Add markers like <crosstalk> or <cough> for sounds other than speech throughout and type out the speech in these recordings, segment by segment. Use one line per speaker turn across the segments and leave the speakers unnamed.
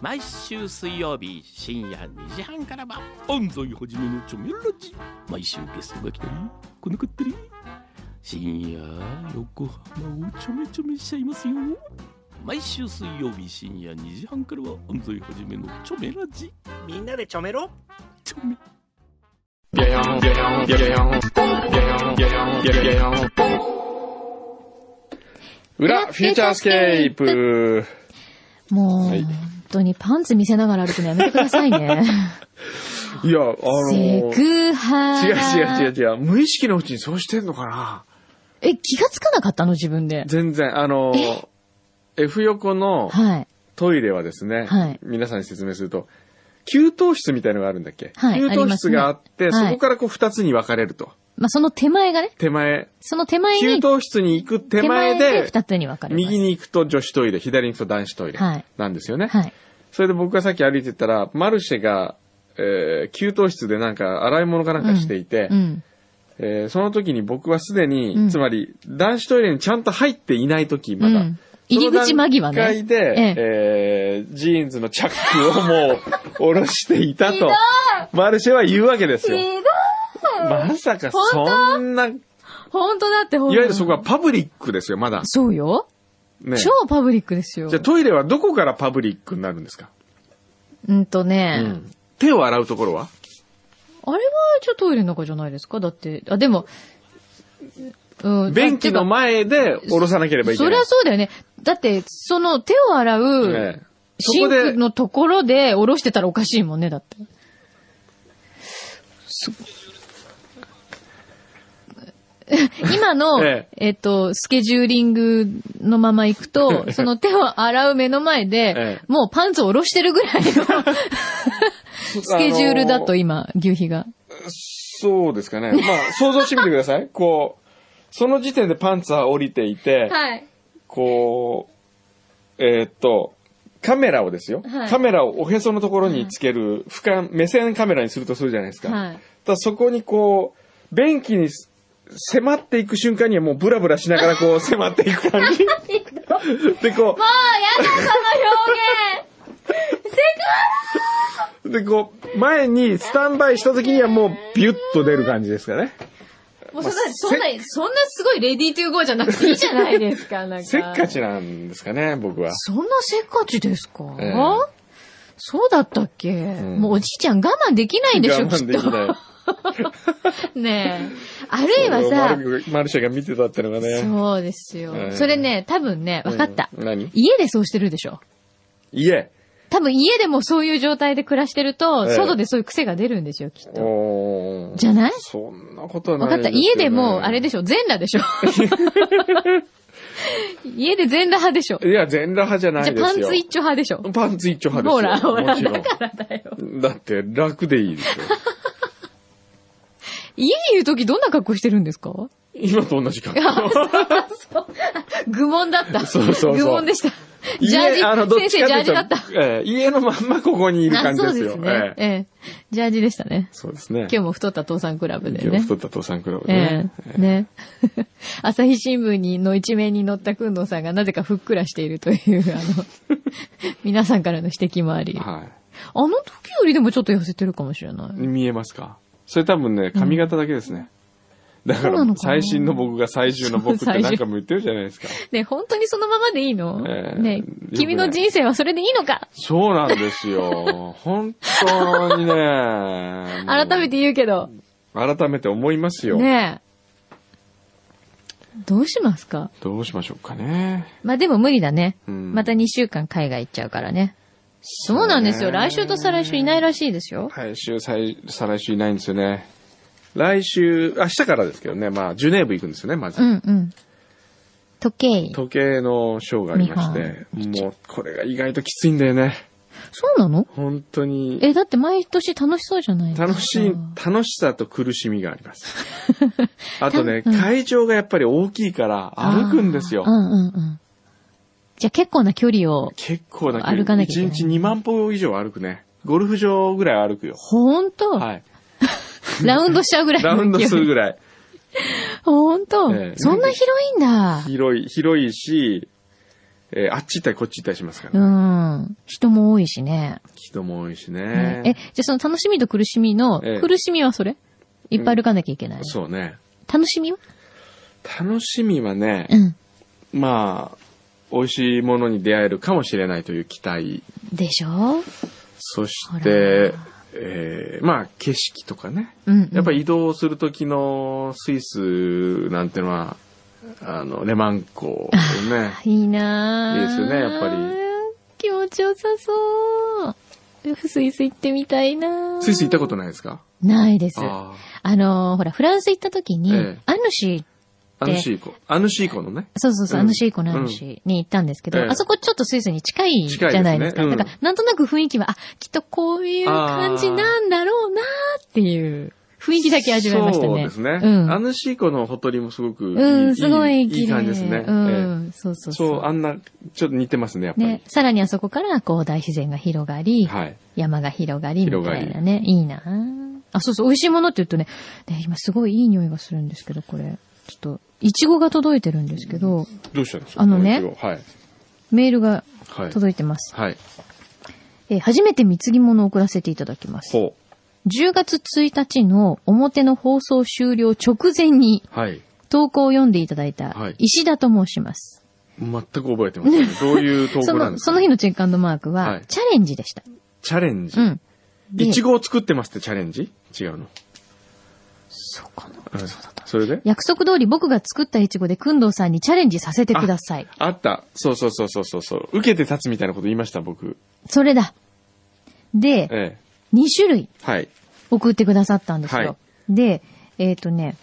毎週水曜日深夜2時半からは安西はじめのチョメラジ毎週ゲストが来たり来なかったり深夜横浜をちょめちょめしちゃいますよ毎週水曜日深夜2時半からは安西はじめのチョメラジ
みんなでちょめろ
チョメ
裏フューチャースケープ
もう、
はい
本当にパンツ見せながら歩くのやめてくださいね。
い <laughs> や、あの
セ
違う
クハラ。
違う違う違う。無意識のうちにそうしてんのかな
え、気がつかなかったの自分で。
全然、あの、F 横の
はい。
トイレはですね、
はい
皆さんに説明すると、給湯室みたいのがあるんだっけ、
はい
給湯室があって
あります
そ
ね
こからこう二つに分かれると。
まあ、その手前がね、
手前、
その手前
給
に、
湯室に行く手前
手
で、
二つに分かれます。
右に行くと女子トイレ、左に行くと男子トイレ
はい
なんですよね。
はい。
それで僕がさっき歩いてたら、マルシェが、えー給湯室でなんか洗い物かなんかしていて、
うん。
えーその時に僕はすでに、
うん
つまり男子トイレにちゃんと入っていない時、まだ。
うん入り口間際ね
その段階で、
え
えージーンズのチャックをもう下ろしてい
<laughs>
たと、マルシェは言うわけですよ。まさかそんな、い
本当だって、ほ
わ
ん
ゆるそこはパブリックですよ、まだ。
そうよ。
ね。
超パブリックですよ。
じゃあトイレはどこからパブリックになるんですか、
うんとね、
うん手を洗うところは
あれは一応トイレの中じゃないですかだって、あ、でも、うん
便器の前で下ろさなければいけ
そ
な
り
い
ゃ。そうだよね。だって、その手を洗う、
ええそ
シ
こ
ン
で
クのところで下ろしてたらおかしいもんね、だって。そ <laughs> 今の、
え
えっと、スケジューリングのまま行くと、その手を洗う目の前で、
ええ
もうパンツを下ろしてるぐ
<laughs>
らいのスケジュールだと今、牛皮が。
そうです
<laughs>
かね。まあ、想像してみてください。こう、その時点でパンツは降りていて、
はい。
こう、えーっと、カメラをですよ、
はい
カメラをおへそのところにつける、俯瞰、目線カメラにするとするじゃないですか。
はい。
ただそこにこう、便器にす迫っていく瞬間にはもうブラブラしながらこう迫っていく
<laughs>
感じ。で、こ
ああ、やだ、その表現
う、で、こう、前にスタンバイした時にはもうビュッと出る感じですかね。
もうそんな、そんな、そんなすごいレディートゥーゴーじゃなくていいじゃないですか、なんか。
せっかちなんですかね、僕は。
そんなせっかちですか、
ええ
そうだったっけ、
ん
もうおじいちゃん我慢できないでしょ、
我
き
慢
っ
でき
と。
ない。
ねえ。あるいはさ、
マルシェが見てたってのがね。
そうですよ、
ええ
それね、多分ね、わかった、
うん何
家でそうしてるでしょ。
家。
多分家でもそういう状態で暮らしてると、
ええ
外でそういう癖が出るんですよ、きっと。
おー
じゃない
そんなことはな
わ
い
かった。家でもう、あれ
で
でしょ、全裸で
<laughs>
しょ。家で全裸派でしょ。
すよね。いや、全裸派じゃない
じゃ
で
あ
すよ。
パンツ一丁派でしょ。
パンツ一丁
ほ
派
ら、
ですよ。
ほら、
もちろ
だからだよ。
ん。だって、楽でいいですよ。
家にいるときどんな格好してるんですか
今と同じ格
あ
好。
そう愚問だった。
そうそうそう
愚問でした。 <laughs> ジャージ、
家あのどっ
先
ち
生ジ
か
ャー
と
ジ
いう
だった。
とええ家のまんまここにいる感
あ
じ
そ
で
う
す
で
よ。
すね。
ええ
ええ。ジャージでしたね。
そうですね。
今日も太った父さんクラブで
今日
ね。
太った父さんクラブ
え
ね。
え。ね。 <laughs> 朝日新聞にの一面に載ったくんのさんがなぜかふっくらしているという、あ
<laughs>
の、皆さんからの指摘もあり。あ
は
の時よりでもちょっと痩せてるかもしれない。
い。見えますかそれ多分ね、髪型だけですね。だか
そうな
ら
の、かな
最新の僕が最終の僕って
そう最終
何回も言ってるじゃないですか。
ね、本当にそのままでいいの、
ええ
ね
よくない、
君の人生はそれでいいのか
そうなんです
<laughs>
よ。本当にね。
改め
て。
て言うけど。
改めて思いますよ。
ねえ。どうしますか
どうしましょうかね。
まあでも無理だね。
うん
また2週間海外行っちゃうからね。そうなんですよ。来週と再来週いないらしいですよ。
来週、再再来週いないんですよね。来週、明日からですけどね、まあ、ジュネーブ行くんですよね、まず。
うんうん。時計。
時計のショーがありまして、もう、これが意外ときついんだよね。
そうなの
本当に、
え、だって毎年楽しそうじゃないですか。
楽しい、楽しさと苦しみがあり
<laughs>
ます。あとね、
うん
会場がやっぱり大きいから歩くんですよ
う。んうんうん。じゃあ結構な距離を。
結構な
歩かなきゃいけない
1日2万歩以上歩くね。ゴルフ場ぐらい歩くよ。
ほんと、
はい。
ラウンドしちゃうぐらいの
ラ
勢い。
ウンドするぐ
<laughs>
らい。
ほんと、
ええ
そんな広いんだ。
広い、広いし、えーあっち行ったりこっち行ったりしますから、
うん。人も多いしね。
人も多いし
ね
ね。
え、じゃあその楽しみと苦しみの、
ええ
苦しみはそれいっぱい歩かなきゃいけない。
そうね。
楽しみは
楽しみはね、
うん。
まあ、美味しいものに出会えるかもしれないという期待。
でしょ
そし
ほ
て
ら、
えーまあ、景色とかね。
うん、うん。
やっぱり移動する時のスイスなんてのは、あの、レマン港
<laughs>
ね。
いいなぁ
いいですよねやっぱり。
気持ちよさそう。スイス行ってみたいなぁ
スイス行ったことないですか
ないです。
あ
あ
あ。
のー、ほら、フランス行った時に、
ええ
アヌシー、
アヌシーコ。アヌシーコのね。
そうそうそう、
うん
アヌシーコのアヌシーに行ったんですけど、
ええ
あそこちょっとスイスに近いじゃない
近いで
ですか。
すねうん
だから、なんとなく雰囲気は、あ、きっとこういう感じなんだろうなーっていう、雰囲気だけ味わいましたね。
そうですね。
うん
アヌシーコのほとりもすごくいい、
うん、すごい
い
綺麗。
い感じですね。え
う
え
ん、そうそ
そ、
うそうう。
あんな、ちょっと似てますね、やっぱり。
ね、さらにあそこから、こう、大自然が広がり、
はい。
山が広がり、みたいなね。いいなあ、そうそう、美味しいものって言うとね、ね今すごいいい匂いがするんですけど、これ。ちょっと、いちごが届いてるんですけど、
どうしたんですか
あのね
こいつをはい。
メールが
はい。
届いてます。
はい。
えー初めて貢ぎ物を送らせていただきます。
ほ
10月1日の表の放送終了直前に
う。はい。
投稿を読んでいただいた
はい、
石田と申します。
全く覚えてません、ね。どう
<laughs>
いう投
そ
稿なんで
の、
す
そ
か
の日のチェックアンドマークは、
はい
チャレンジでした。
チャレンジ
う。ん。で
いちごを作ってますってチャレンジ違うの。
そうかな。
うんそれで
約束通り僕が作ったイチゴで、くんどうさんにチャレンジさせてください。
あった。そうそうそうそうそうそう。受けて立つみたいなこと言いました、僕。
それだ。で、
ええ。
2種類
はい。
送ってくださったんですよ。
はい
で、えっ、とね、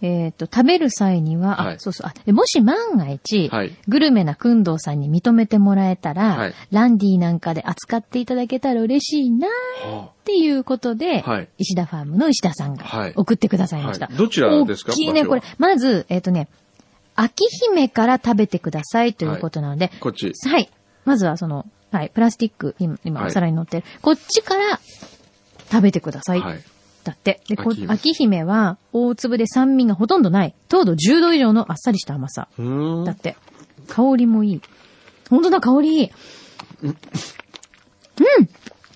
えっ、と、食べる際には、あ
はい
そうそう、あ、でもし万が一、
はい
グルメなくんどうさんに認めてもらえたら、
はい
ランディなんかで扱っていただけたら嬉しいな
は
っていうことで、
はい
石田ファームの石田さんが
はい
送ってくださいました。
はいどちらですか
大きい
場
ね、
所
こ
は
れ。まず、えっ、とね、秋姫から食べてくださいということなので、
あこっち。
はい。まずはその、はい、プラスチック、今、今
はい
お皿に乗ってる。こっちから食べてください。
はい。
だって。で、こ
秋姫
秋姫は、大粒で酸味がほとんどない。糖度10度以上のあっさりした甘さ。
うー
だっ
ん。
て。香りもいい。本当だ、香りいい。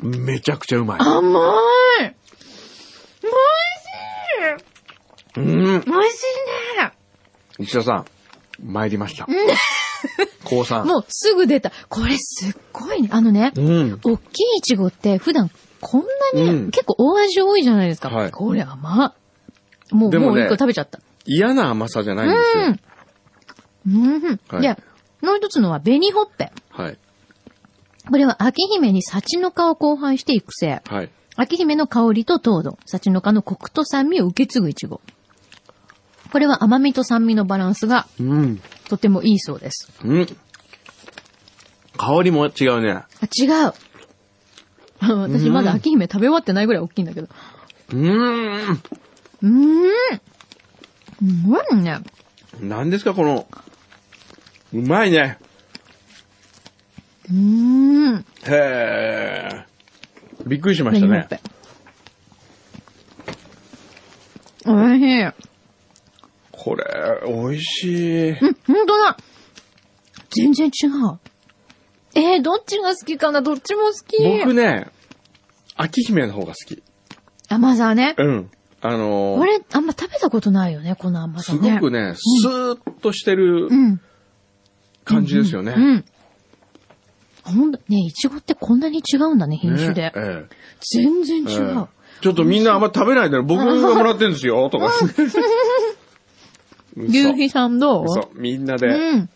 めちゃくちゃうまい。
甘い
うん。
美味しいね
石田さん、参りました。 <laughs> 高三。
もうすぐ出た。これすっごいね。あのね、
うん。
大きいイチゴって普段こんなに、
うん
結構大味多いじゃないですか。
はい
これ甘い。もう、
で
も
も
う
ね
一個食べちゃった。
嫌な甘さじゃないんですよ。
うん。
はい
で、もう一つのは紅ほっぺ。
はい。
これは秋姫に幸の香を交配して育成。
はい。
秋姫の香りと糖度、幸の香のコクと酸味を受け継ぐイチゴ。これは甘みと酸味のバランスが
うん。
とてもいいそうです。
うん。香りも違うね。
あ、違う。 <laughs> 私まだ秋姫食べ終わってないぐらい大きいんだけど。
うーん。
うーん。すごいね。
何ですか、この。うまいね。
うーん。
へえ。びっくりしました
紅ほ
ね
っ。ぺ。おいしい。
これ、美味しい。
うん、ほんとだ全然違う。えー、どっちが好きかなどっちも好き。
僕ね、秋姫の方が好き。
甘さね。
うん。あのー
これ、あんま食べたことないよね、この甘さ
す
ね。
ごくね、スーッとしてる
うん。
感じですよね。
うん。ほんと、ねいちごってこんなに違うんだね、品種で
ね。ええ
全然違
ええ
う。
ちょっとみんなあんま食べないでね、僕がもらってんですよ、とか。
牛皮さんどう
そう、みんな
う
で、
ん。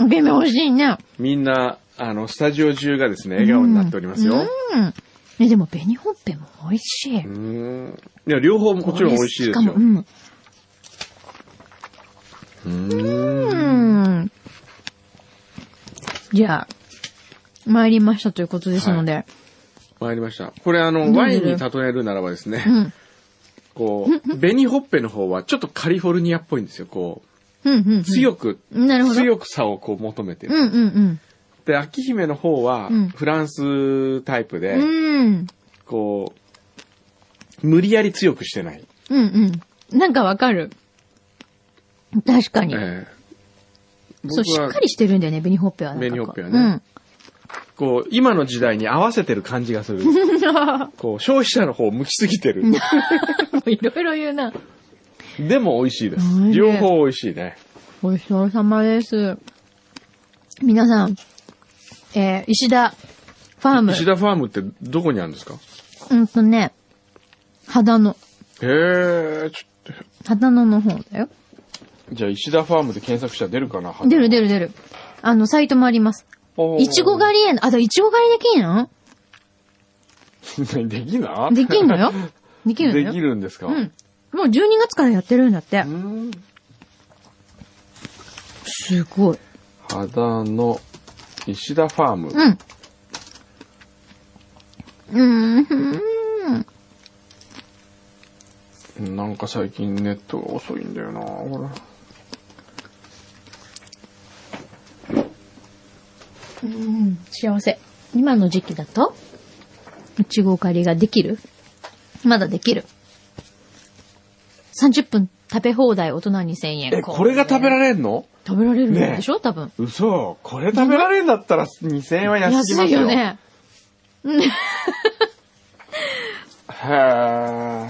おけめ美味しいね。
みんな、あの、スタジオ中がですね、笑顔になっておりますよ。
うん。ね、でも、紅ほっぺも美味しい。
う
も
ん。いや、両方もちろん美味しいですよ
う。ん。
うん。
うん。じゃあ、参りましたということですので。
参りました。これあの、ワインに例えるならばですね、
うん。
こう、紅ほっぺの方はちょっとカリフォルニアっぽいんですよ、こ
うん、うん。
う。強く、
うんなるほど。
強くさをこう求めて
う
る。
ん、うん、
で、秋姫の方は
うん、
フランスタイプ
うん。う
で、
ん。
こう、無理やり強くしてない。
うんうん。なんかわかる。確かに。
ええ
そう、し
僕
っ
は
かりしてるんだよね、紅ほっぺはなんか <laughs> こう。
紅ほっぺはねこう、今の時代に合わせてる感じが
<laughs>
する。こう、消費者の方を向きすぎてる。
うん。いろいろ言うな。
でも美味しいです
美味。しい
両方美味しいね。
ごちそうさまです。皆さん、えー、石田ファーム。
石田ファームってどこにあるんですか
うんとね、肌の、
へえ、ちょっ
肌のの方だよ。
と。じゃあ、石田ファームで検索したら出るかな
出る出る出る。あの、サイトもあります。
おー
いちご狩り園、あ、だ、いちご狩りできんの
<laughs> できな
できんのよ。できるのよ。
できるんですか
うん。もう12月からやってるんだって
う。ん。
すごい。
肌の石田ファーム。
うん。うーん。
なんか最近ネットが遅いんだよなほら
うん、幸せ。今の時期だと、いちご狩りができるまだできる。30分食べ放題大人2000円。
え、これが食べられんの
食べられるん
ねえ
でしょ、多分。
嘘。これ食べられんだったら2000円は安すぎ
安
ます
い
よ。
よ。ね。
へえ。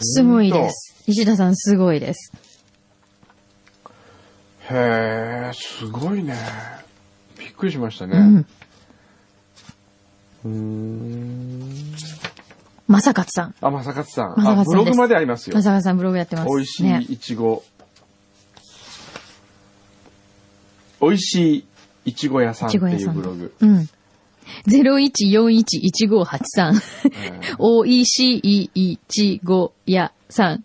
すごいです。石田さんすごいです。
へえ、すごいね。びっくりしました
う
ね。
ん。
うーん。
正勝さん。
あ、まさかつさん。
正
あ、
勝
ブ
さん
ロ
で
グ
す。
までありますよ
正。勝さんブログやってます。
美味し
ね
いいちご。美味しいいちご屋さんっ
い
て
ちご屋
いう
さ
んブ
の。
ロ
<laughs>
グ。
うん。01411583。
えー
OECE15 やさん。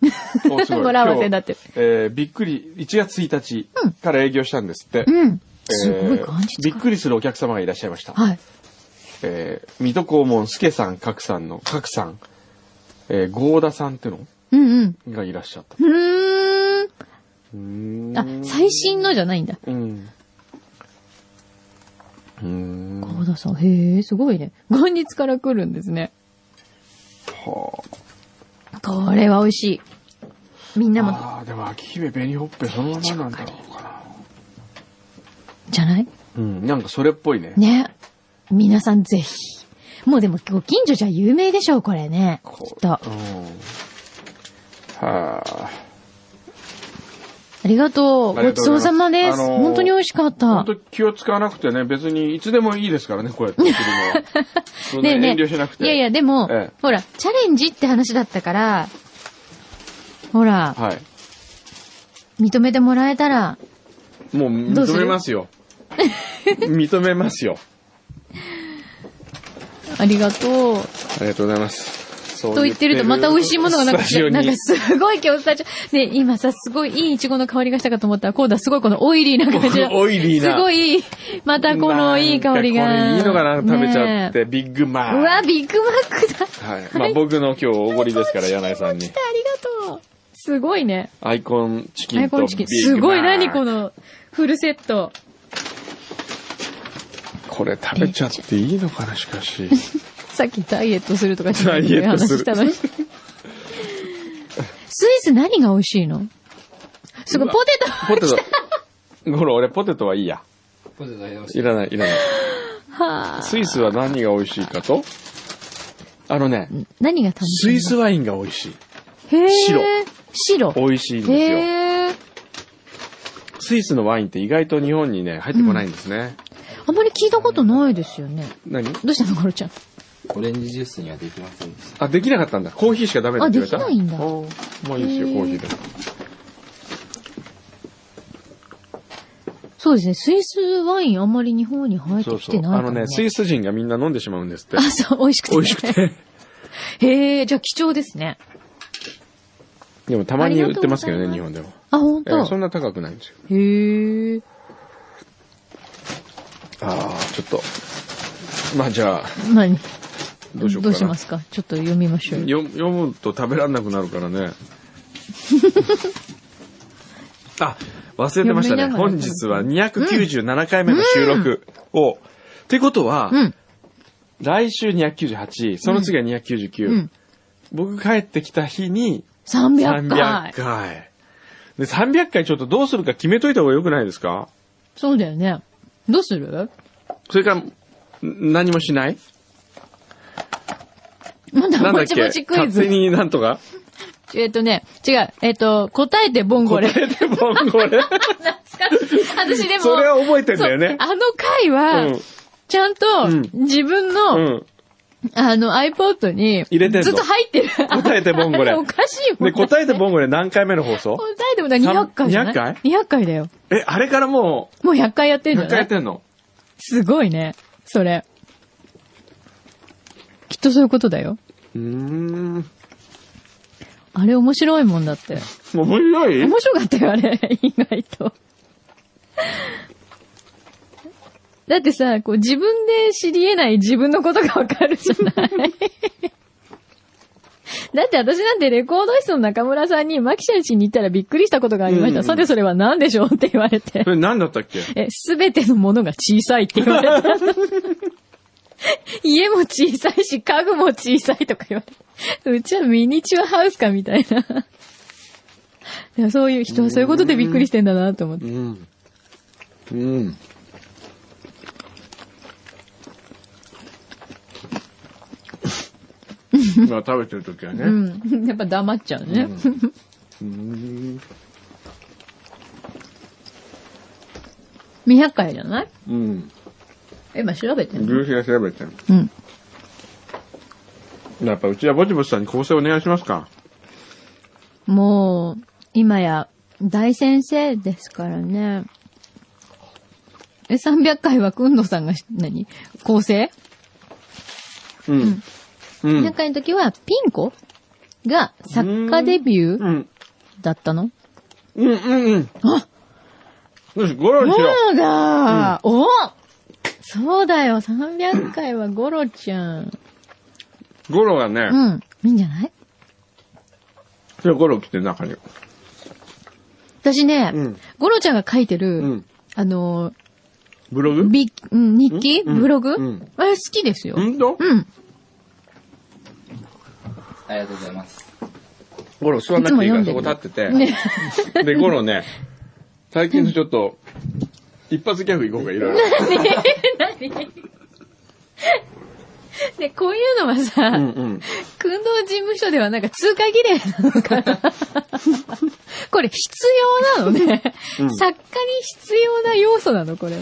お
<laughs>
すごい
語呂合わせになってる
今日えーびっくり、1月1日から営業したんですって。
うん。す
え
ごい
ー
感じ
びっくりするお客様がいらっしゃいました。
はい。
えー、水戸黄門、助さん、角さんの、角さん、えー、合田さんっての
うんうん。
がいらっしゃった。
うーん。
うーん
あ、最新のじゃないんだ。
うん。うーん。は
川田さん、へえ、すごいね。元日から来るんですね。これは美味しい。みんなも、
あ。あーでも、秋姫紅ほっぺそのままなんだろうかな。
じゃない
うん、なんかそれっぽいね。
ね。皆さんぜひ。もうでもご近所じゃ有名でしょう、これね。きっ。
こと
あ
う。うん。はあ。
りがとう。
ありが
ごち
とう
そう
ござ
さ
います
まです。
あのー
本当に美味しかった
本。当気を使わなくてね、別にいつでもいいですからね、こうやってするの
<laughs>
は。そんな
ねえね
遠慮しなくて。
いやいや、でも、
ええ
ほら、チャレンジって話だったから、ほら、
はい。
認めてもらえたら、
もう
どうす
認
る
めますよ。認めますよ。
ありがとう。
ありがとうございます。そう
と言ってるとまた美味しいものがな
ス
く
タジオ
て、
に
なんかすごい今日スタジオ、ね、今さ、すごいいいイチゴの香りがしたかと思ったら、今度はすごいこのオイリーな感じが。
<laughs> オイリーな
すごい、またこのいい香り
なん
が。
かこれいいのかな食べちゃっ
ね
て、ビッグマ
え。
ン。
うわ、ビッグマックだ。
はい。まあ僕の今日おごりですから、柳井さんに
来。た、ありがとう。すごいね。
アイコンチキ
ア
ン
イ
と
コ
ビ
ン
ッ
チ
グ
キ
マ
ン。
ン。
すごい、何こ。のフルセット。
これ食べちゃっていいのかな、しかし。
さっきダイエットするとかって
ダイエットする <laughs>
話したのにスイス何が美味しいのすごい、ポテト。
<laughs> ポテト。ほら、俺ポテトはいいや。
ポテトやりまし
いらない、いらない。
はあ
スイスは何が美味しいかとあのね、
何が楽しい
スイスワインが美味しい。
へー
白。
白。
美味しいんですよ。
へー
スイスのワインって意外と日本にね、入ってこないんですね。
あんまり聞いたことないですよね。
何
どうしたの、コロちゃん。
た。オレンジジュースにはできませんでした。
あ、できなかったんだ。コーヒーしかダメだって言われた。
あできないんだ
おーもういいですよ、
へー
コーヒーで。
そうですね。スイスワインあんまり日本に入って
そう
き
そう
て。ない
あ
か
の
も、ね。
ね、スイス人がみんな飲んでしまうんですって
<laughs> あ、。そう、美味しくて、
美味しく。て。
へえ、じゃあ貴重ですね。
でもたまに売ってますけどね、
あ
日
りが
本でも。
あ、ほん
えー
と。
そんな高くないんですよ。
へえ。
ああ、ちょっと。まあじゃあ、
何
どうしようかな。
どうしますかちょっと読みましょう。
よ読むと食べられなくなるから
<laughs>
ね。あ、忘れてましたね。
読みながら
本日は297回目の収録を。ってことは、
うん。
来週298、その次は299。
うん。
僕帰ってきた日に
300
300
回。
回。で、300回ちょっとどうするか決めといた方が良くないですか
そうだよね。どうする
それから、ん何もしない
まだ
なんだ
も
っ
ち
け
もちクイ
勝
ズ
手。になんとか
えっとね、違う。えっと、答えてボンゴ
答
レ。
えてもんこれ。
懐かしい <laughs> 私でも。
それは覚えてんだよ
そう
ね。
あの回は、
うん
ちゃんと
ん、
自分
う
の、
ん。
あの、iPod に、
入れてんの
ずっと入ってる。
答えてボンゴレ
あれ <laughs> おかしいもん
で、
ね。
答えてボンゴレ何回目の放送
答えてもだ、200回じゃない
200回
?200 回だよ。
え、あれからも
もう100回やって
う、
るんじゃ
何回やっ
な
てん
い
の
すごいね。それ。きっとそういうことだよ。
うーん。
あれ面白いもんだって。
面白い
面白かったよ、あれ。 <laughs> 意外と。だってさ、こう自分で知り得ない自分のことがわかるじゃないだって私なんてレコード室の中村さんに、マキシャン氏に行ったらびっくりしたことがありました。さてそれは何でしょうって言われて
そ。れ何だったっけ
え、すべてのものが小さいって言われ <laughs> た。家も小さいし、家具も小さいとか言われて。うちはミニチュアハウスかみたいな。いやそういう人はそういうことでびっくりしてんだなと思って。
うん。 <laughs> うん。今食べてる時は
う
ね。
ん。やっぱ黙っちゃうね。200回じゃない
うん。
今調べてんの
牛皮が調べてる。
うん。
やっぱうちはぼちぼちさんに構成お願いしますか。
もう、今や、大先生ですからね。え、300回はくんどさんがし、何構成
うん。う
300
ん。
回の時は、ピンコが作家デビュー
うん。
だったの
うん。うん。うん。よし、ゴロにし
ゴ
よう。
ロだー、おそうだよ、300回はゴロちゃん。
ゴロがね、
うん、いいんじゃない
それゴロ来て中に。
私ね、
うん
ゴロちゃんが書いてる、
うん。
あのー、
ブログ
びうん日記、
うん
ブログ、
うん
あれ好きですよ。
ほんと
うん。
ありがとうございます。
ゴロ座んなくていいからそこ
いつも読んでる
立って
ね
て。 <laughs> で、ゴロね、最近ちょっと、一発ギャグ行こうか、いろいろ。
で、こういうのはさ、
うんうん。
<laughs> 訓導事務所ではなんか通過儀礼なのかな <laughs> これ必要なのね、作家に必要な要素なのこれは。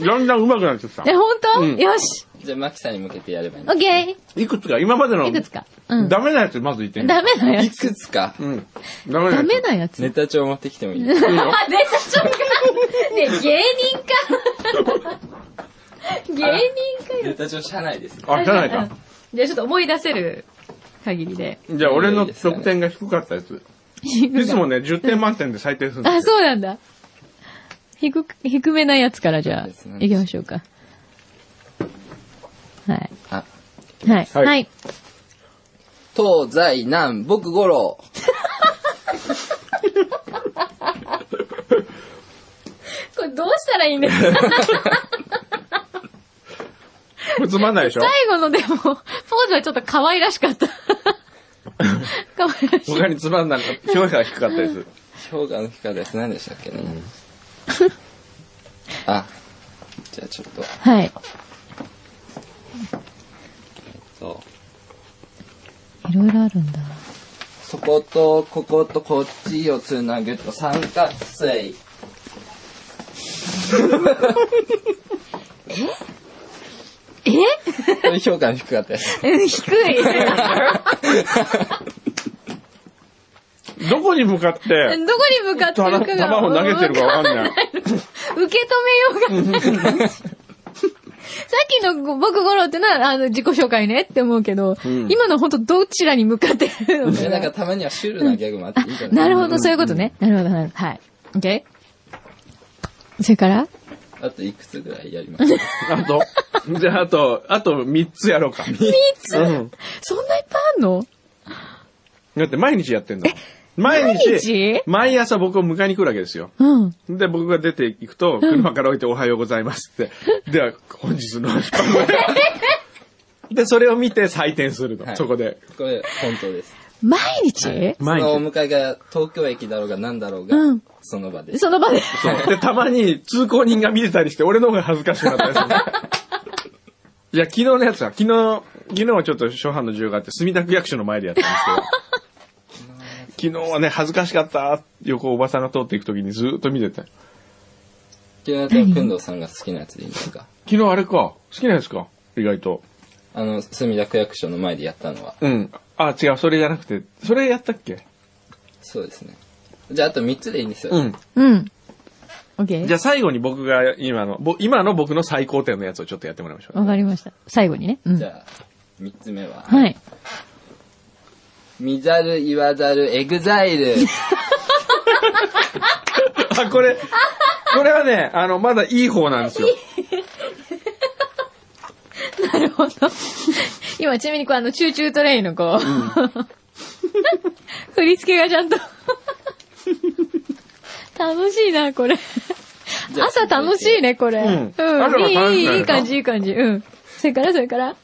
だんだん上手くなってきた。
え、本当、
うん
よし
じゃあ、マキさんに向けてやればいい
オッケ
いくつか、今までの
ーいくつか。うん。ダ
ダメなやつまず言ってみよ
メなや
い
つ。
くつか。
う。うん。ダメな
ダ
やつ。
メなやつ。
ネタ帳持ってきてもいい
いいよ
あ、出たちょっとねえ芸
<laughs>
人か芸人かよ。
ネタ帳社内です。
あ、じゃないか。
じゃあちょっと思い出せる限りで。
じゃあ俺の得点が低かったやつ。いつもね、10点満点で採点するんで
あ、
すよ。
そうなんだ。低く、低めなやつからじゃあ、行きましょうか。はい。
あ、
はい。
はい
はい。
東西南北五郎。
これどうしたらいいんですか
これつまんないでしょ
最後のでも、ポーズはちょっと可愛らしか
<laughs>
った。可愛らしい。
他につまんない。評価が低かったやつ。
評価の日からです。何でしたっけね。 <laughs> あ、じゃあちょっと。
はい。
そう
いろいろあるんだ。
そこと、こことこっちをつなぐと三角錐。
<laughs> え
これ評価の低かった
<laughs>
です。
うん、低
<laughs>
い。
どこに向かって、
どこに向かって
た
る
な
か
球
が。
を投げてるかわかんない。
受け止めようが。さっきの僕ゴロってのは、あの、自己紹介ねって思うけど、今のほんとどちらに向かってるの
いやなんかたまにはシュールなギャグもあっていいんじゃない
なるほど、そういうことね。なるほど、なるほど。はい。OK? それから
あといくつぐらいやります
<laughs>
あと、じゃああと、あと3つやろうか。3つうん。
そんないっぱいあんの
だって毎日やってんだもん。毎
毎
日
日、
毎朝僕を迎えに来るわけですよ。
うん。
で、僕が出ていくと、車から置いておはようございますって。では、本日の出版で。で、それを見て採点するの、
はい
そこで。
これ本当です。
毎日
そ
毎
のお
日。
迎えが東京駅だろうが何だろうが、
うん
その場で。
その場で。
で、たまに通行人が見てたりして、俺の方が恥ずかしくなったり <laughs> する。いや、昨日のやつは、昨日、昨日はちょっと初版の授業があって、墨田区役所の前でやったんです <laughs> けど、昨日はね、恥ずかしかった。横をおばさんが通っていくときにずーっと見てて。
昨日やったら、くんどうさんが好きなやつでいいんですか <laughs>
昨日あれか、好きなんですか意外と。
あの、墨田区役所の前でやったのは。
うん。あ、違う、それじゃなくて、それやったっけ
そうですね。じゃあ、あと3つでいいんですよ。
うん。
うん。オッケ
じゃ
ー
あ最後に僕が今の、ぼ今の僕の最高点のやつをちょっとやってもらいましょう。
わかりました。最後にね。うん
じ。ゃあ、3つ目は。
はい。
見ざる、言わざる、エグザイル。
あ、これ、これはね、あの、まだいい方なんですよ。
なるほど。今、ちなみにこう、あの、チューチュートレインのこう、 <laughs> 振り付けがちゃんと。楽しいな、これ。
じゃあ
朝楽しいね、これ。
う
うんん。
朝が楽しくない
いい、いい、いい
のか
感じ、いい感じ。うん。それから、それから。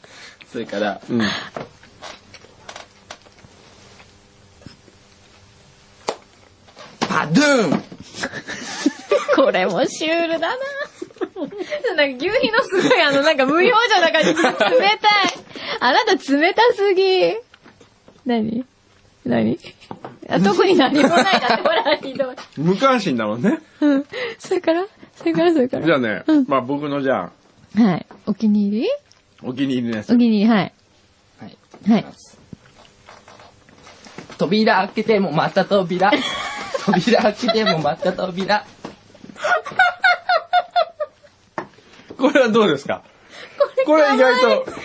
それから、
うん。
パドゥーン
これもシュールだな。なんか、牛皮のすごい、あの、なんか無表情な感じ。冷たい。あなた冷たすぎ。何何 <laughs> あ特に何もないだって、ほら、ひどい。
無関心だもんね。
うん。それからそれからそれか
<laughs>
ら。
じゃあね、まあ僕のじゃあ、
はい。お気に入り
お気に入りのやつ
お気。に入り、はい。
はい。
はい。
扉開けてもまた扉。扉開けてもまた扉。
これはどうですかこれ意外と、
これかわ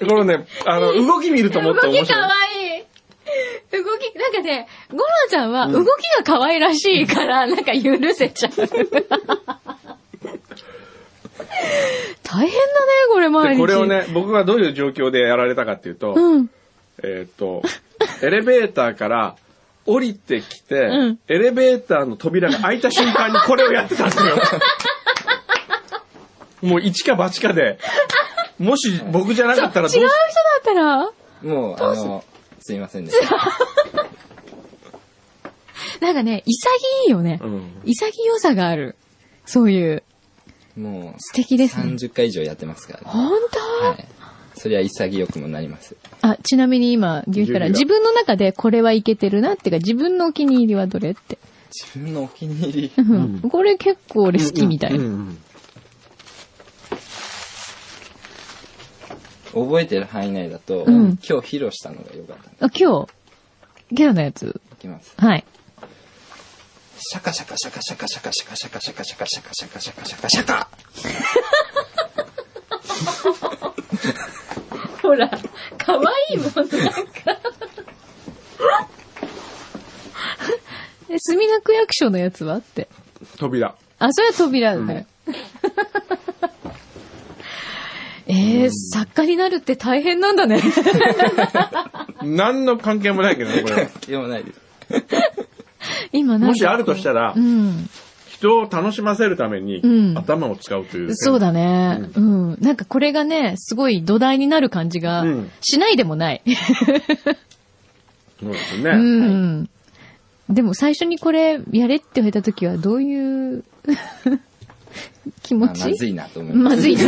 いい。
このね、あの、動き見るともっと
動
面
きか
白
わ
い。
いい。動き、なんかね、ゴロちゃんは動きが可愛らしいから、なんか許せちゃう。大変だね、これ毎
で、
日。
これを。ね、僕がどういう状況でやられたかっていうと、
うん。
えーっと、エレベーターから降りてきて、
うん
エレベーターの扉が開いた瞬間にこれをやってたん
<laughs>
ですよ。もう一か八かで、もし僕じゃなかったらどう
違う
し
人だったら、
もう、あの、すいませんでした。
なんかね、潔いよね。
うん
潔さがある。そういう。
も
素
う、
敵ですね。
30回以上やってますからね。
本当、
はい。それは潔くもなります。
あ、ちなみに今、牛皮から
牛皮だ
自分の中でこれはいけてるなっていうか、自分のお気に入りはどれって。
自分のお気に入り。
うん、これ結構俺好きみたいな。
うん
覚えてる範囲内だと、
うん
今日披露したのが良かったんで
あ今日、ゲロのやつ。
いきます。
はい。
シャカシャカシャカシャカシャカシャカシャカシャカシャカシャカシャカシャカシャカシャカ
ほら、かわいいもん、なんか。え、墨田区役所のやつはって。
扉。
あ、それは扉だね。えー、作家になるって大変なんだね。 <laughs>
何の関係もないけどね、これ。
でもないです。
今なんか
もしあるとしたら
う、ん。
人を楽しませるために
うん
頭を使うという。
そうだね、うん。なんかこれがね、すごい土台になる感じが
うん
しないでもない。
そうです
う
ね。
ん。でも最初にこれやれって言われた時はどういう <laughs> 気持
まあ
ち
まずいなと思います。
まずいな。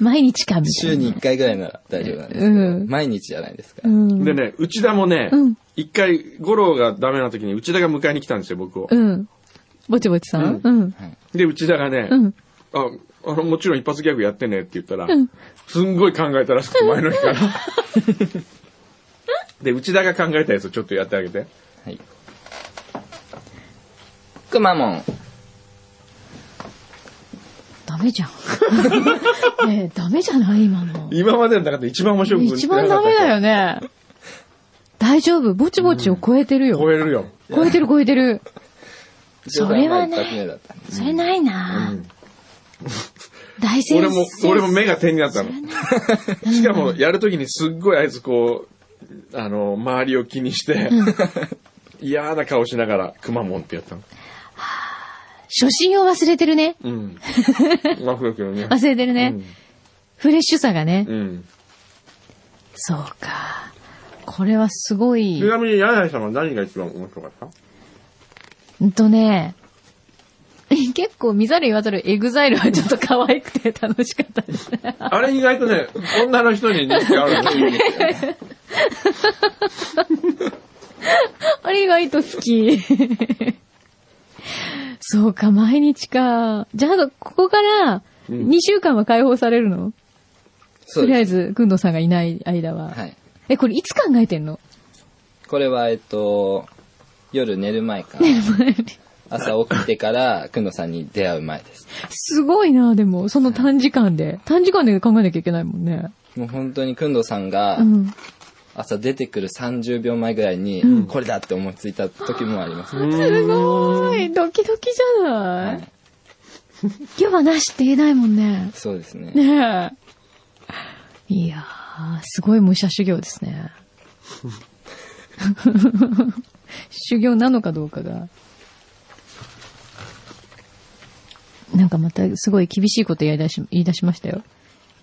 毎日かみたいな。
週に1回ぐらいなら大丈夫なんですけど、
うん
毎日じゃないですか
う
ら。
ん。
でね、内田もね
うん、
一回、五郎がダメな時に内田が迎えに来たんですよ、僕を
う。ん。ぼちぼちさんうん。
で、内田がね、
うん。
あ、あの、もちろん一発ギャグやってねって言ったら、すんごい考えたらしくて、前の日から。 <laughs> で、内田が考えたやつをちょっとやってあげて。
はい。くまモン。
ダメじゃん。ねえ、ダメじゃない今の。
今までの中で一番面白く
一番ダメだ
よ。
よね。大丈夫。ぼちぼちを超えてるよ。
超えるよ。
超えてる超えてる。それはね
一発目だったんで
それないな、大先生。
俺も、俺も目が点になったの。しかも、やるときにすっごいあいつこう、あの、周りを気にして、嫌な顔しながら、くまモンってやったの。
初心を忘れてるね。
<laughs> うん。ワクワクよね。
忘れてるね。フレッシュさがね。
うん。
そうか。これはすごい。
ちなみに、柳井さんは何が一番面白かった
うんとね、 <laughs> 結構見ざる言わざるエグザイルはちょっと可愛くて <laughs> 楽しかったですね。
あれ意外とね、女の人に人気あ <laughs> るんですよ
あれ意外と好き。 <laughs> そうか、毎日か。じゃあ、ここから
うん
2週間は解放されるの、
そ
と
う
りあ
で
え
す。
ず、くんどさんがいない間は。
はい。
え、これいつ考えてんの
これは、えっと、夜寝る前から、朝起きてから、くんのさんに出会う前です。
すごいな、でも、その短時間で。短時間で考えなきゃいけないもんね。
もう本当にくんどさんが
う、ん。
朝出てくる30秒前ぐらいに、これだって思いついた時もあります。
すごい、ドキドキじゃない、 <laughs>
はい
今日はなしって言えないもんね。
そうですね。
ねえ。いやー、すごい武者修行ですね。 <laughs> 修行なのかどうかが。なんかまたすごい厳しいこと言い出し、言い出しましたよ。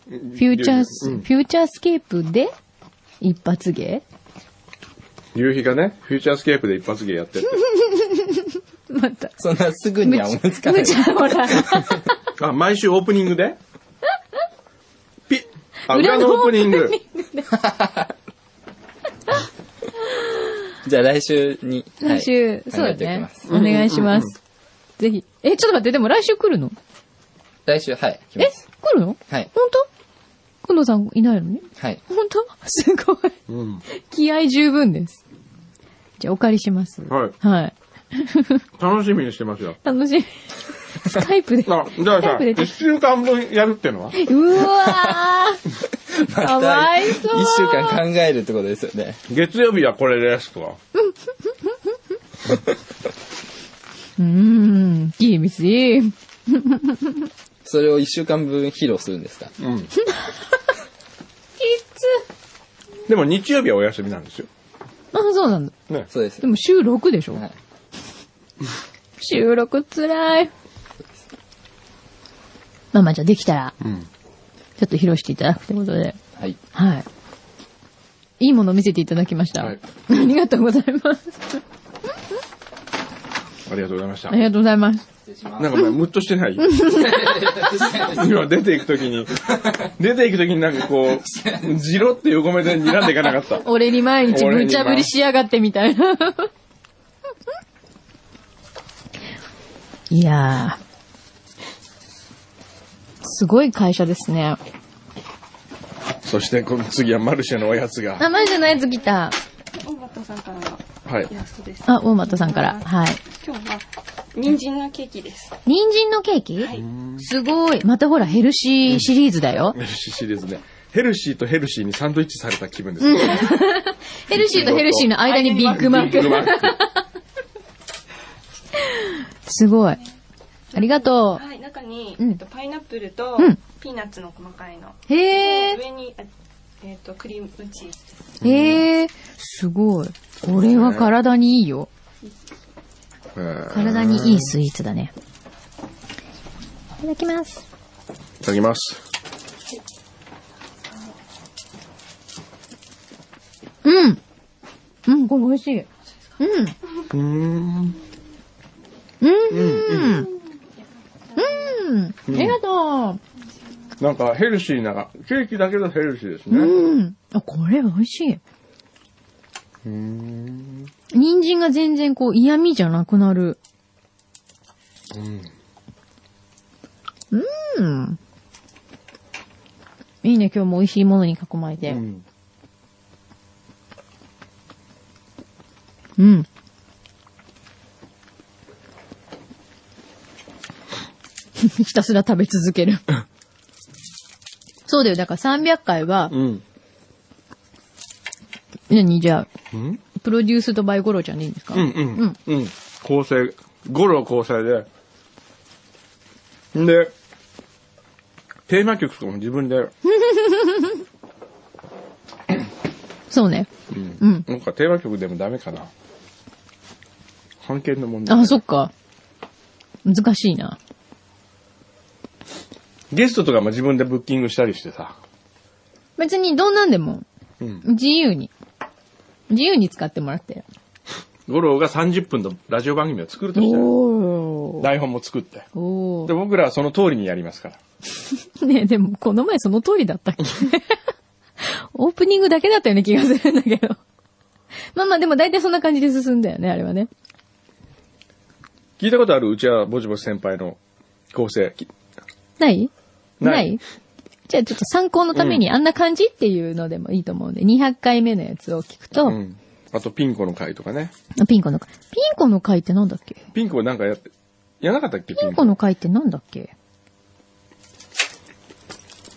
フューチャース、フューチャースケープで一発芸
夕日がね、フューチャースケープで一発芸やってて。
また。
そんなすぐには思いつかない
む。ちゃほら。
<laughs> あ、毎週オープニングでピッあ、 <laughs> 裏
裏
の
の
オープニング。
<laughs> じゃあ来週に、はい
来週、
考
そうだ
えておき
ね
ます。
お願いします。ぜひ。え、ちょっと待って、でも来週来るの
来週、はい、来ま
え
す。
来るの
はい、
本当くのさんいないのに
はい。 <laughs>
本当すごい。
うん。
気合十分です。じゃあお借りします。
はい。
はい。
楽しみにしてますよ。
楽しみ。スカ
<laughs>
イプで。
あ、じゃあ
スカイ
さ、
プで
一週間分やるってのは
うわ
<laughs>
ーかわい
一
そう
週間考えるってことですよね。
月曜日はこれですとか。
うーん、厳しい。
それを一週間分披露するんですか
うん。
きつ。
でも日曜日はお休みなんですよ。
あ、そうなんだ。
ね。
そうです
で。も週6でしょ、
はい
収録つらい。まあまあじゃあできたら、
ん
ちょっと披露していただくということで。
はい。
はい。いいもの見せていただきました。
はい
ありがとうございます。
ありがとうございました
あ。りがとうございます。
なんかお前ムッとしてない今出ていくときに、出ていくときになんかこう、じろって横目で睨んでいかなかった。
俺に毎日
俺に毎
無茶ぶりしやがってみたいな。 <laughs> いやー。すごい会社ですね。
そしてこの次はマルシェのおやつが。
あ、マジのやつ来た。
大俣さんからの
はい
イ。ラストです。
あ、大トさんから。はい。
今日は人参のケーキです。
人参のケーキ、
い
すごい。またほら、ヘルシーシリーズだよ。
ヘルシーシリーズね。ヘルシーとヘルシーにサンドイッチされた気分ですね。
ヘルシーとヘルシーの間にビッグマッ
ビッグ
ク。
マック
すごい。ありがと
はい、中に、
うん
えっとパイナップルと
うん
ピーナッツの細かいの。
う。へー。
上にあえっとクリームチーズ。
へー。すごい。これは体にいいよ。体にいいスイーツだね。いただきます。
いただきます。
うん。うん、これ美味しい。うん。うん。うん。うん。ありがとう。
なんかヘルシーなが、ケーキだけどヘルシーですね。
うん。あ、これ美味しい。人参が全然こう嫌味じゃなくなる。うん。いいね、今日も美味しいものに囲まれて。うん。
ん
うん。 <laughs> ひたすら食べ続ける。そうだよ。だから300回は、
うん。
何じゃあ、
ん
プロデュースとバイゴロちゃんでいいんですか
うんうん。うん。構成、ゴロ構成で。んで、テーマ曲とかも自分で、
そうね。
うん。なんかテーマ曲でもダメかな。関係の問題。
あ、そっか。難しいな。
ゲストとかも自分でブッキングしたりしてさ。
別にどんなんでも。
うん
自由に。自由に使ってもらってる。
五郎が30分のラジオ番組を作るとしたら、
おー。
台本も作って。
お
で、
ー。
僕らはその通りにやりますから。
ねえでもこの前その通り
<laughs>
だったっけオープニングだけだったような気がするんだけど。まあまあでも大体そんな感じで進んだよね、あれはね。
聞いたことあるうちはぼちぼち先輩の構成。き
ない
ない
じゃあちょっと参考のためにあんな感じっていうのでもいいと思うんで、200回目のやつを聞くと、
うん。あと、ピンコの会とかね。
あピンコの会。ピンコの会ってなんだっけ
ピンコなんかやって、やらなかったっけ
ピンコの会ってなんだっけ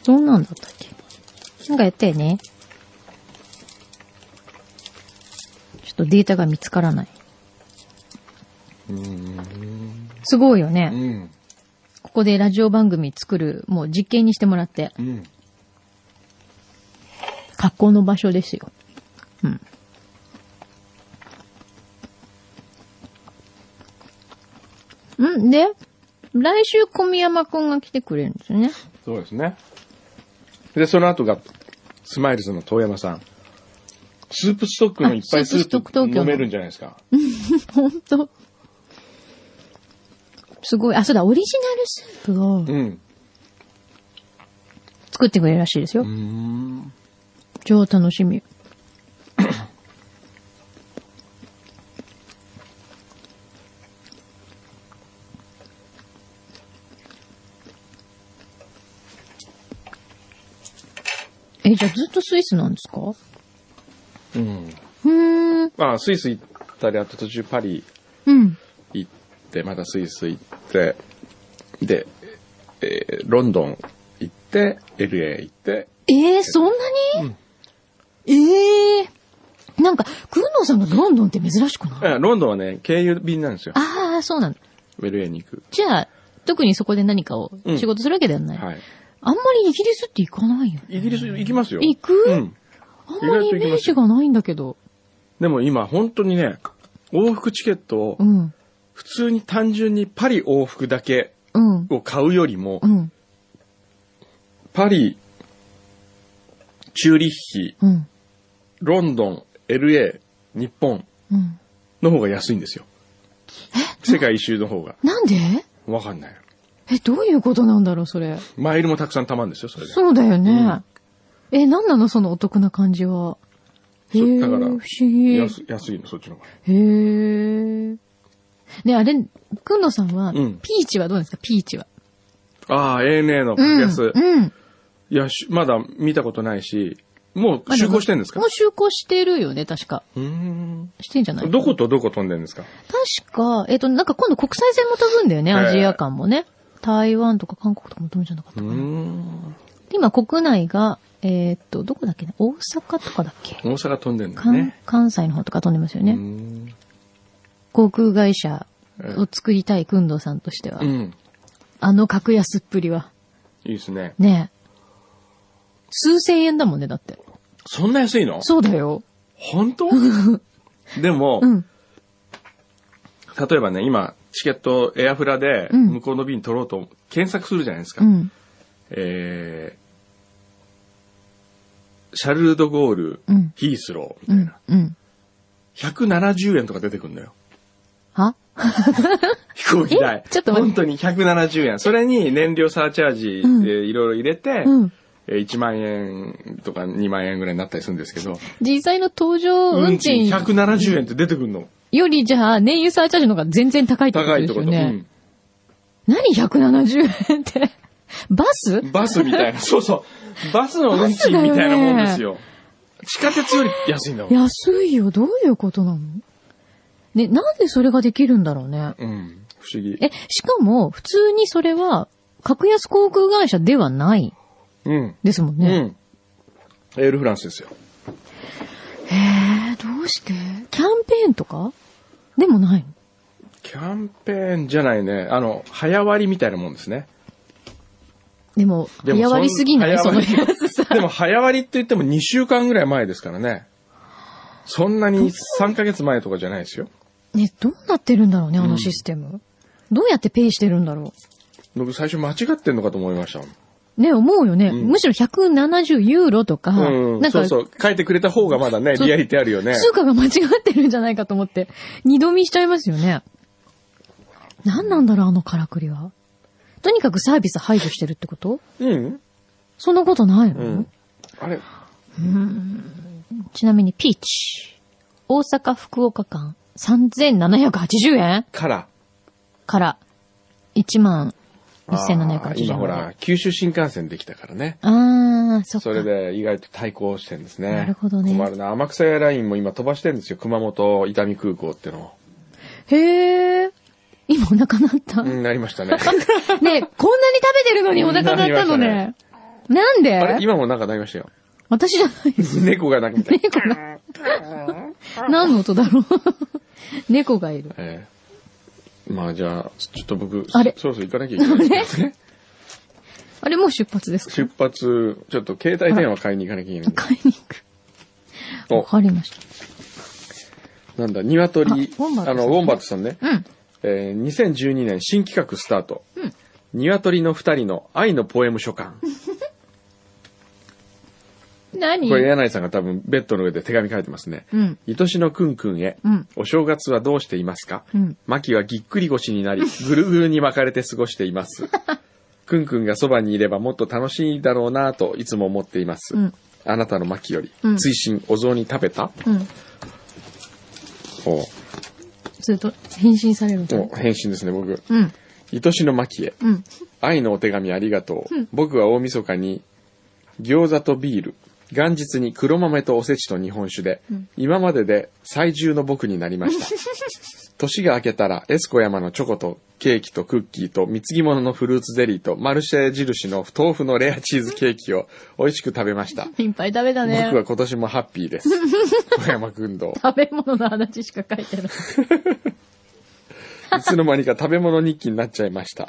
どんなんだったっけなんかやったよね。ちょっとデータが見つからない。すごいよね。
うん。
ここでラジオ番組作る、もう実験にしてもらって、
うん。
格好の場所ですよ。うん。んで、来週小宮山くんが来てくれるんですよね。
そうですね。で、その後が、スマイルズの遠山さん。スープストックのいっぱい
あ
スー
スープストック
プ
東京の
飲めるんじゃないですか。
ほんと。すごい。あ、そうだ、オリジナルスープを
うん。
作ってくれるらしいですよ
う。ん。
超楽しみ。え、じゃあずっとスイスなんですかう
うん。
ーん。
まあ、スイス行ったり、あと途中パリ
うん。
行って、またスイス行って、で、えーロンドン行って、LA 行って、
えー、そんなに、ええー。なんか、クーノーさんがロンドンって珍しくない
えロンドンはね、経由便なんですよ。
ああ、そうなんだ。
LA に行く。
じゃあ、特にそこで何かを
うん
仕事するわけではない。
はい。
あんまりイギリスって行かないよね。
イギリス行きますよ。
行く、
うん。
あんまりイメージがないんだけど。
でも今、本当にね、往復チケットを
う、ん。
普通に単純にパリ往復だけ
うん。
を買うよりも
う、ん。
パリ、チューリッヒ、
うん。
ロンドン、LA、日本
うん。
の方が安いんですよ。世界一周の方が。
なんで
わかんない。
え、どういうことなんだろう、それ。
マイルもたくさん貯まるんですよ、それで。
そうだよね。え、なんなの、そのお得な感じは。へ
そう
え、
だ
不
か
思
ら
議。へ
安安いの、そっちの方が。
え。ね、あれ、くんのさんは、
うん
ピーチはどうですか、ピーチは。
ああ、ANA の
うん。
格安。
うん。
いや、しまだ見たことないし、もう就航してんですか
もう就航してるよね、確か。
うーん。
してんじゃない
どことどこ飛んでんですか
確か、えっ、と、なんか今度国際線も飛ぶんだよね、
ええ
アジア間もね。台湾とか韓国とかも飛ぶんじゃなかった
う
か
ー
な。
ん。
で今国内が、えーっと、どこだっけな大阪とかだっけ
大阪飛んでんだ
関,、
ね。
関西の方とか飛んでますよね。
うーん
航空会社を作りたいくんどさんとしては、
うん。
あの格安っぷりは。
いいですね。
ねえ。数千円だもんね、だって。
そんな安いの
そうだよ。
本当 <laughs> でも、
うん。
例えばね、今、チケットエアフラで
うん
向こうの便取ろうと検索するじゃないですか。
うん。
えー、シャルル・ド・ゴール、
うん
ヒースローみ
う
たいな。。
んうん。
170円とか出てくるんだよ。 <laughs>
は
飛行機代
え。ちょっと待って
本当に170円。それに燃料サーチャージ、
ん
えーいろいろ入れて、
うん。
えー1万円とか2万円ぐらいになったりするんですけど、
実際の搭乗運賃
170円って出てくるの。
よりじゃあ、燃油サーチャージの方が全然高いってこと
高い
で
とこ
すよ
と。
ね。何170円って。 <laughs> バス
うんバスみたいな。 <laughs> そうそう。バスの運賃みたいなもんですよ。地下鉄より安いんだもん。
安いよ。どういうことなのね、なんでそれができるんだろうね。
うん。不思議。
え、しかも、普通にそれは、格安航空会社ではない
うん。
ですもん
う
ね。
ん。エールフランスですよ。
へえ、どうしてキャンペーンとかでもないの
キャンペーンじゃないね。あの、早割りみたいなもんです <laughs> ね。
でも、
でも
早割りすぎない
そ
そ
ん
のやつさ。
でも早割りって言っても2週間ぐらい前ですからね。そんなに3ヶ月前とかじゃないですよ。
<laughs> ね、どうなってるんだろうね、あのシステム。どうやってペイしてるんだろ
僕最初間違ってんのかと思いましたもん。
う。ね、思うよね。
うん
むしろ170ユーロとか、
うん。
なん
そ
か
う、そう。書いてくれた方がまだね、
そう
リアリティあるよね。
通貨が間違ってるんじゃないかと思って、二度見しちゃいますよね。何なんだろう、あのからくりは。とにかくサービス排除してるってこと
うん。
そんなことないの、
うん。あれ
ちなみに、ピーチ。大阪、福岡間、3780円
から。
から、11780
あー
円。
今ほら、九州新幹線できたからね。
あー、そっか。
それで意外と対抗してんですね。
なるほどね
困るな。天草エアラインも今飛ばしてるんですよ。熊本伊丹空港っていうのを。
へー。今お腹なった。
う
ね
ん、なりましたね。
え、こんなに食べてるのにお腹なったのね。なん
あれ
で
今もなんかなりましたよ。 <laughs>
私じゃないよ。
猫がなんかみたい。
猫が。何の音だろう <laughs> 猫がいる。
ええまあじゃあ、ちょっと僕、
あれ
そろそろ行かなきゃいけないですね。
あれ、もう出発ですか
出発、ちょっと携帯電話買いに行かなきゃいけないんで。
買いに行く。わ
お、
かりました。
なんだ、鶏、あ
あウォンバットさん
の、ウォンバットさんね。
うん。
えー2012年新企画スタート。鶏の二人の愛のポエム書簡。
何
これ、柳井さんが多分ベッドの上で手紙書いてますね。
うん。
愛しのくんくんへ、
うん
お正月はどうしていますか、
うん
マキはぎっくり腰になり、ぐるぐるに巻かれて過ごしてい
<laughs>
ます。くんくんがそばにいればもっと楽しいだろうなぁといつも思っています。
うん
あなたのマキより、
うん
追伸お雑煮食べた
うん。
お
ずっと返信されるみたいな
お返信ですね、僕。
うん。
愛しのマキへ、
うん。
愛のお手紙ありがとう。
うん
僕は大晦日に、餃子とビール、元日に黒豆とおせちと日本酒で、
うん
今までで最重の僕になりま
<laughs>
した。年が明けたら、エスコ山のチョコとケーキとクッキーと貢ぎ物のフルーツゼリーとマルシェ印の豆腐のレアチーズケーキを美味しく食べました。
いっぱい食べたね
僕。は今年もハッピー
<laughs>
です。小山君堂。
食べ物の話しか書いてない。
いつの間にか食べ物日記になっちゃいました。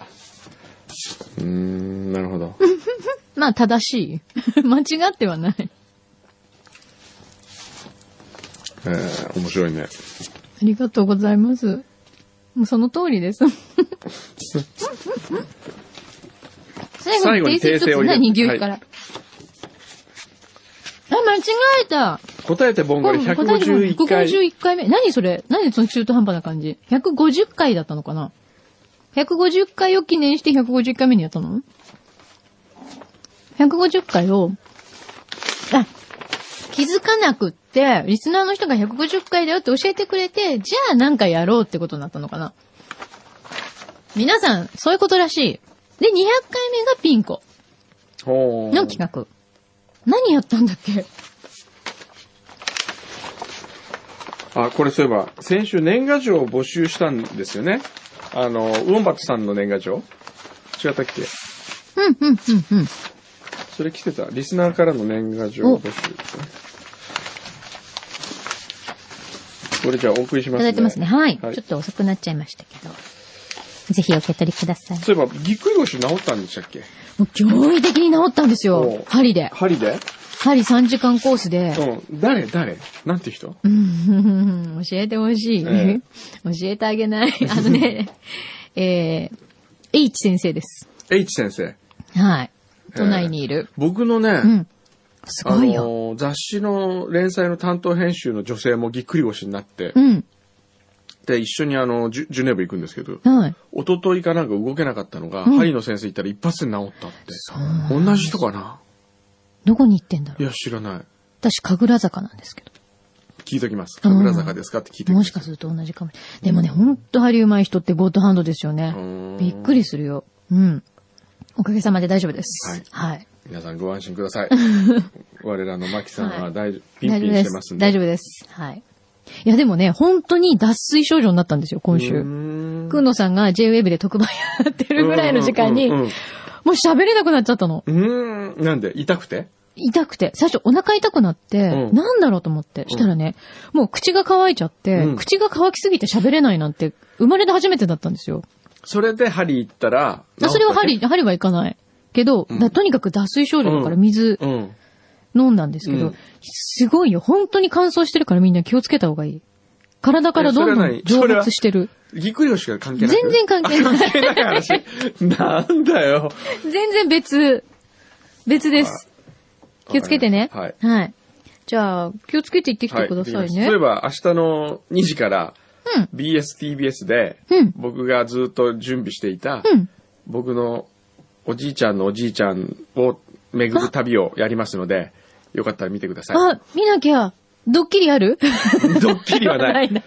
うーん、なるほど。
まあ、正しい。 <laughs> 間違ってはない。
えー、面白いね。
ありがとうございます。もうその通りです。最
最
後
後
に
に
訂
訂
正
正
を
を入
入れ
れ
何
て
牛から。あ、間違えた。
答えてボンゴレ151回。
151回目。何それ何その中途半端な感じ ?150 回だったのかな ?150 回を記念して150回目にやったの ?150 回を、あ、気づかなくって、リスナーの人が150回だよって教えてくれて、じゃあなんかやろうってことになったのかな皆さん、そういうことらしい。で、200回目がピンコ
ほう
の企画。何やったんだっけ
あ、これそういえば、先週年賀状を募集したんですよね。あの、ウォンバットさんの年賀状違ったっけ
うん、うん、うん、うん。
それ来てた。リスナーからの年賀状募集ですね。これじゃあお送りし
い
ます
た
ね。
だいてますね。はい。
はい
ちょっと遅くなっちゃいましたけど。ぜひお受け取りください。
そういえば、ぎっくり腰治ったんでしたっけ
もう驚異的に治ったんです
お
よ
う。
針で。
針で
針3時間コースで。
うん。誰誰なんて人
うん、教えてほしい。
え
教えてあげない。 <laughs> あのね、えー、H 先生です。
?H 先生。
はい。都内にいる。
僕のね、
うん。す
あ
ごいよ。
の、雑誌の連載の担当編集の女性もぎっくり腰になって、
うん。
で、一緒にあの、ジュジュネーブ行くんですけど、
はい。
一昨日かなんか動けなかったのが、
うん
針の先生行ったら一発で治ったって。同じ人かな
どこに行ってんだ
い
ろ。
うや、知らない。
私、神楽坂なんですけど。
聞いときます。
うん
神楽坂ですかって聞いときます。
もしかすると同じかもしれない。でもね、ほんと針うまい人ってゴッドハンドですよね
うーん。
びっくりするよ。うん。おかげさまで大丈夫です。
はい
はい。
皆さんご安心くだ
<laughs>
さい。我らのマキさん
はい
は大丈夫、ピン
大
ピ
丈夫
ンし
で
てます
す。
んで。
大丈夫です。はい。いや、でもね、本当に脱水症状になったんですよ、今
うー
週。
ん
くんのさんが JWave で特番やってるぐらいの時間に、
うん
もう喋れなくなっちゃったの。
うんうんうーんなんで痛くて
痛くて。最初お腹痛くなって、
うん
なんだろうと思って。したらね、もう口が乾いちゃって、
うん
口が乾きすぎて喋れないなんて、生まれて初めてだったんですよ。
それで針行ったら、治った
あ
ね
それは針、針はいかない。けど、
うん
だとにかく脱水症状だから
うん
水
うん。
飲んだんですけど、
うん
すごいよ。本当に乾燥してるからみんな気をつけた方がいい。体からどんどん
えそれは何そ
蒸
れは
発してる。
ぎっくり腰が関係ない。
全然関係ない
あ関係ない話。なんだよ。
全然別。別です。気をつけてね。
はい
はい。じゃあ、気をつけて行ってき
は
てください
で
ね。
そういえば明日の2時から
うん
BSTBS で
うん
僕がずっと準備していた
うん
僕のおじいちゃんのおじいちゃんを巡る旅をやりますのでよかったら見てください。
あ、見なきゃ。ドッキリある
ドッキリはない。
<laughs> な。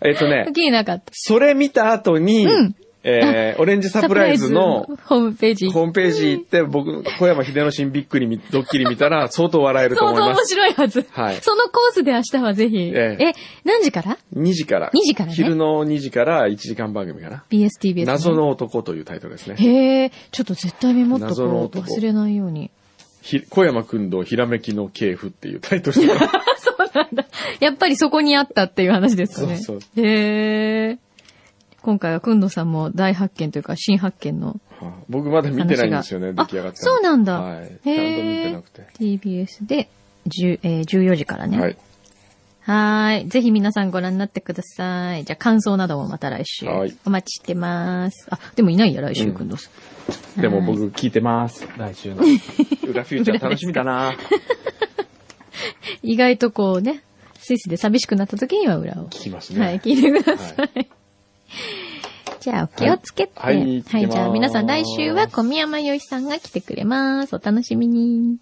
えっと
ドッ
ね、
キリなかった。
それ見た後に
うん、
えーオレンジサプライズの
サプライズホームページ。
ホームページ行って僕、小山秀之進びっくりみドッキリ見たら相当笑えると
相
思い
当
ま
面
す。
白いはず。
はい
そのコースで明日はぜひ。
ええ
え、何時から
2時から。
2時からね
昼の2時から1時間番組かな。
?BSTBS、ね。
謎。の男というタイトルですね。
へえ、ちょっと絶対メモっと
謎の
こう。
男
忘れないように。
ひ小山君のひらめきの系譜っていうタイトル
<laughs>
が
やっぱりそこにあったっていう話ですかね。
そうそ
へえ。今回はくんどさんも大発見というか新発見の
僕まだ見てないんですよね、
話が
出来上がって
あそうなんだ
はい。ちゃんと見
へー
てなくて。
TBS で10、えー14時からね。
は
はいい。。ーい。ぜひ皆さんご覧になってください。じゃあ感想などもまた来週。
はい
お待ちしてます。あ、でもいないや、来
う
週
ん
くんどさん。
でも
はい
僕聞いてます。 <laughs> 来週の。裏フューチャー楽しみだ
<laughs>
な。
意外とこうね、スイスで寂しくなった時には裏を。
聞きます
はい、
ね。
聞いてください。 <laughs> じゃあ、お気をつけて。
はいはい行ってきます
じゃあ皆さん来週は小宮山よいさんが来てくれます。お楽しみに。